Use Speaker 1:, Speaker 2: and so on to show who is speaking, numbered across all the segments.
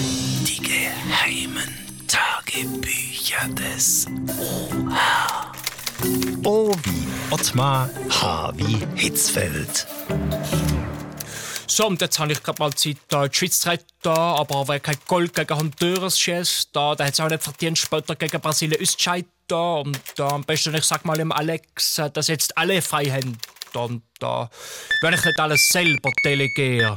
Speaker 1: Die geheimen Tagebücher des OH. O wie Ottmar, H wie Hitzfeld.
Speaker 2: So, und jetzt habe ich gerade mal Zeit, äh, die Schweiz treibt da, aber weil kein Gold gegen Honduras schießt, da, da hätte es auch nicht verdient, später gegen Brasilien auszuscheiden. da. Und äh, am besten, ich sag mal dem Alex, äh, dass jetzt alle frei haben. Und äh, wenn ich nicht alles selber delegiere.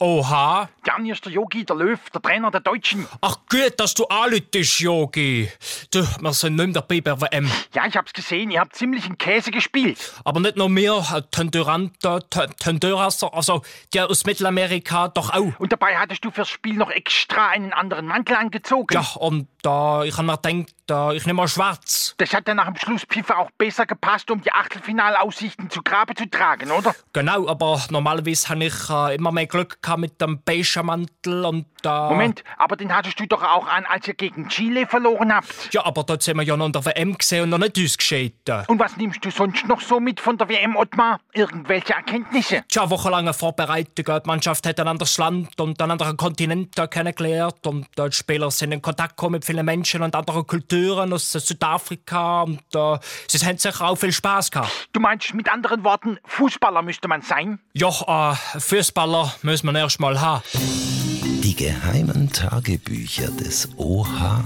Speaker 2: Oha,
Speaker 3: Dann ist der Yogi, der Löw, der Trainer der Deutschen.
Speaker 2: ach gut, dass du anlütest, Yogi. Du, wir sind nicht mehr dabei bei WM.
Speaker 3: Ja, ich hab's gesehen, ihr habt ziemlichen Käse gespielt.
Speaker 2: Aber nicht nur mir, äh, Tenduranta, Tenduras, also der aus Mittelamerika doch auch.
Speaker 3: Und dabei hattest du fürs Spiel noch extra einen anderen Mantel angezogen.
Speaker 2: Ja, und äh, ich habe mir gedacht, äh, ich nehme mal schwarz.
Speaker 3: Das hat dann nach dem Schlusspfiff auch besser gepasst, um die Achtelfinalaussichten zu Grabe zu tragen, oder?
Speaker 2: Genau, aber normalerweise habe ich äh, immer mehr Glück gehabt mit dem beigen Mantel und äh,
Speaker 3: Moment, aber den hattest du doch auch an, als ihr gegen Chile verloren habt.
Speaker 2: Ja, aber dort sind wir ja noch in der WM gesehen und noch nicht ausgeschieden.
Speaker 3: Und was nimmst du sonst noch so mit von der WM, Ottmar? Irgendwelche Erkenntnisse?
Speaker 2: Tja, wochenlange Vorbereitung. Die Mannschaft hat ein anderes Land und einen anderen Kontinent äh, kennengelernt. Und äh, die Spieler sind in Kontakt gekommen mit vielen Menschen und anderen Kulturen aus äh, Südafrika. Und äh, sie haben sicher auch viel Spaß gehabt.
Speaker 3: Du meinst mit anderen Worten, Fußballer müsste man sein?
Speaker 2: Ja, äh, Fußballer müssen wir erst mal haben.
Speaker 1: Die geheimen Tagebücher des OH.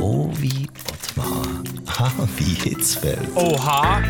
Speaker 1: O wie Ottmar, H wie Hitzfeld.
Speaker 2: Oha,